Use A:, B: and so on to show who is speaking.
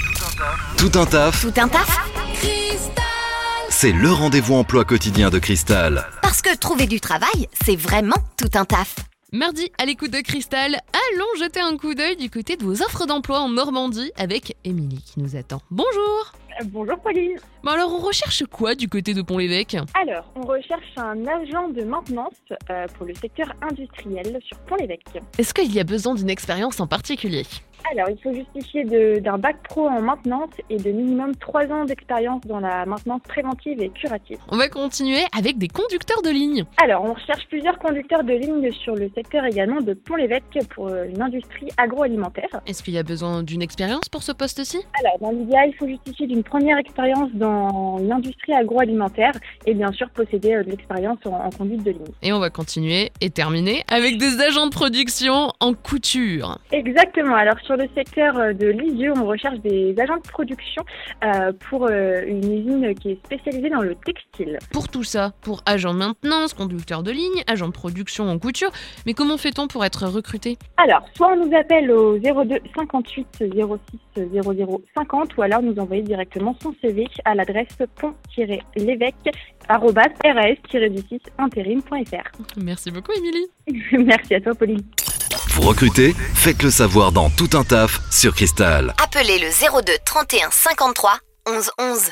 A: Tout un taf,
B: Tout un taf
A: c'est le rendez-vous emploi quotidien de Cristal.
B: Parce que trouver du travail, c'est vraiment tout un taf.
C: Mardi, à l'écoute de Cristal, allons jeter un coup d'œil du côté de vos offres d'emploi en Normandie avec Émilie qui nous attend. Bonjour
D: Bonjour Pauline.
C: Bon alors, on recherche quoi du côté de Pont-l'Évêque
D: Alors, on recherche un agent de maintenance euh, pour le secteur industriel sur Pont-l'Évêque.
C: Est-ce qu'il y a besoin d'une expérience en particulier
D: Alors, il faut justifier de- d'un bac pro en maintenance et de minimum 3 ans d'expérience dans la maintenance préventive et curative.
C: On va continuer avec des conducteurs de ligne.
D: Alors, on recherche plusieurs conducteurs de ligne sur le secteur également de Pont-l'Évêque pour euh, une industrie agroalimentaire.
C: Est-ce qu'il y a besoin d'une expérience pour ce poste-ci
D: Alors, dans l'idéal, il faut justifier d'une première expérience dans l'industrie agroalimentaire et bien sûr posséder euh, de l'expérience en- en conduite de ligne.
C: Et on va continuer et terminer avec des agents de production en couture.
D: Exactement. Alors sur le secteur euh, de Lisieux, on recherche des agents de production euh, pour euh, une usine qui est spécialisée dans le textile.
C: Pour tout ça, pour agent de maintenance, conducteur de ligne, agent de production en couture, mais comment fait-on pour être recruté
D: Alors, soit on nous appelle au 02 58 06 00 50 ou alors nous envoyer directement son CV à l'adresse pont-lévêque ras-du6 intérim.fr.
C: Merci beaucoup, Émilie.
D: Merci à toi Pauline.
A: Vous recrutez Faites le savoir dans Tout un taf sur Cristal.
B: Appelez le 02 31 53 11 11.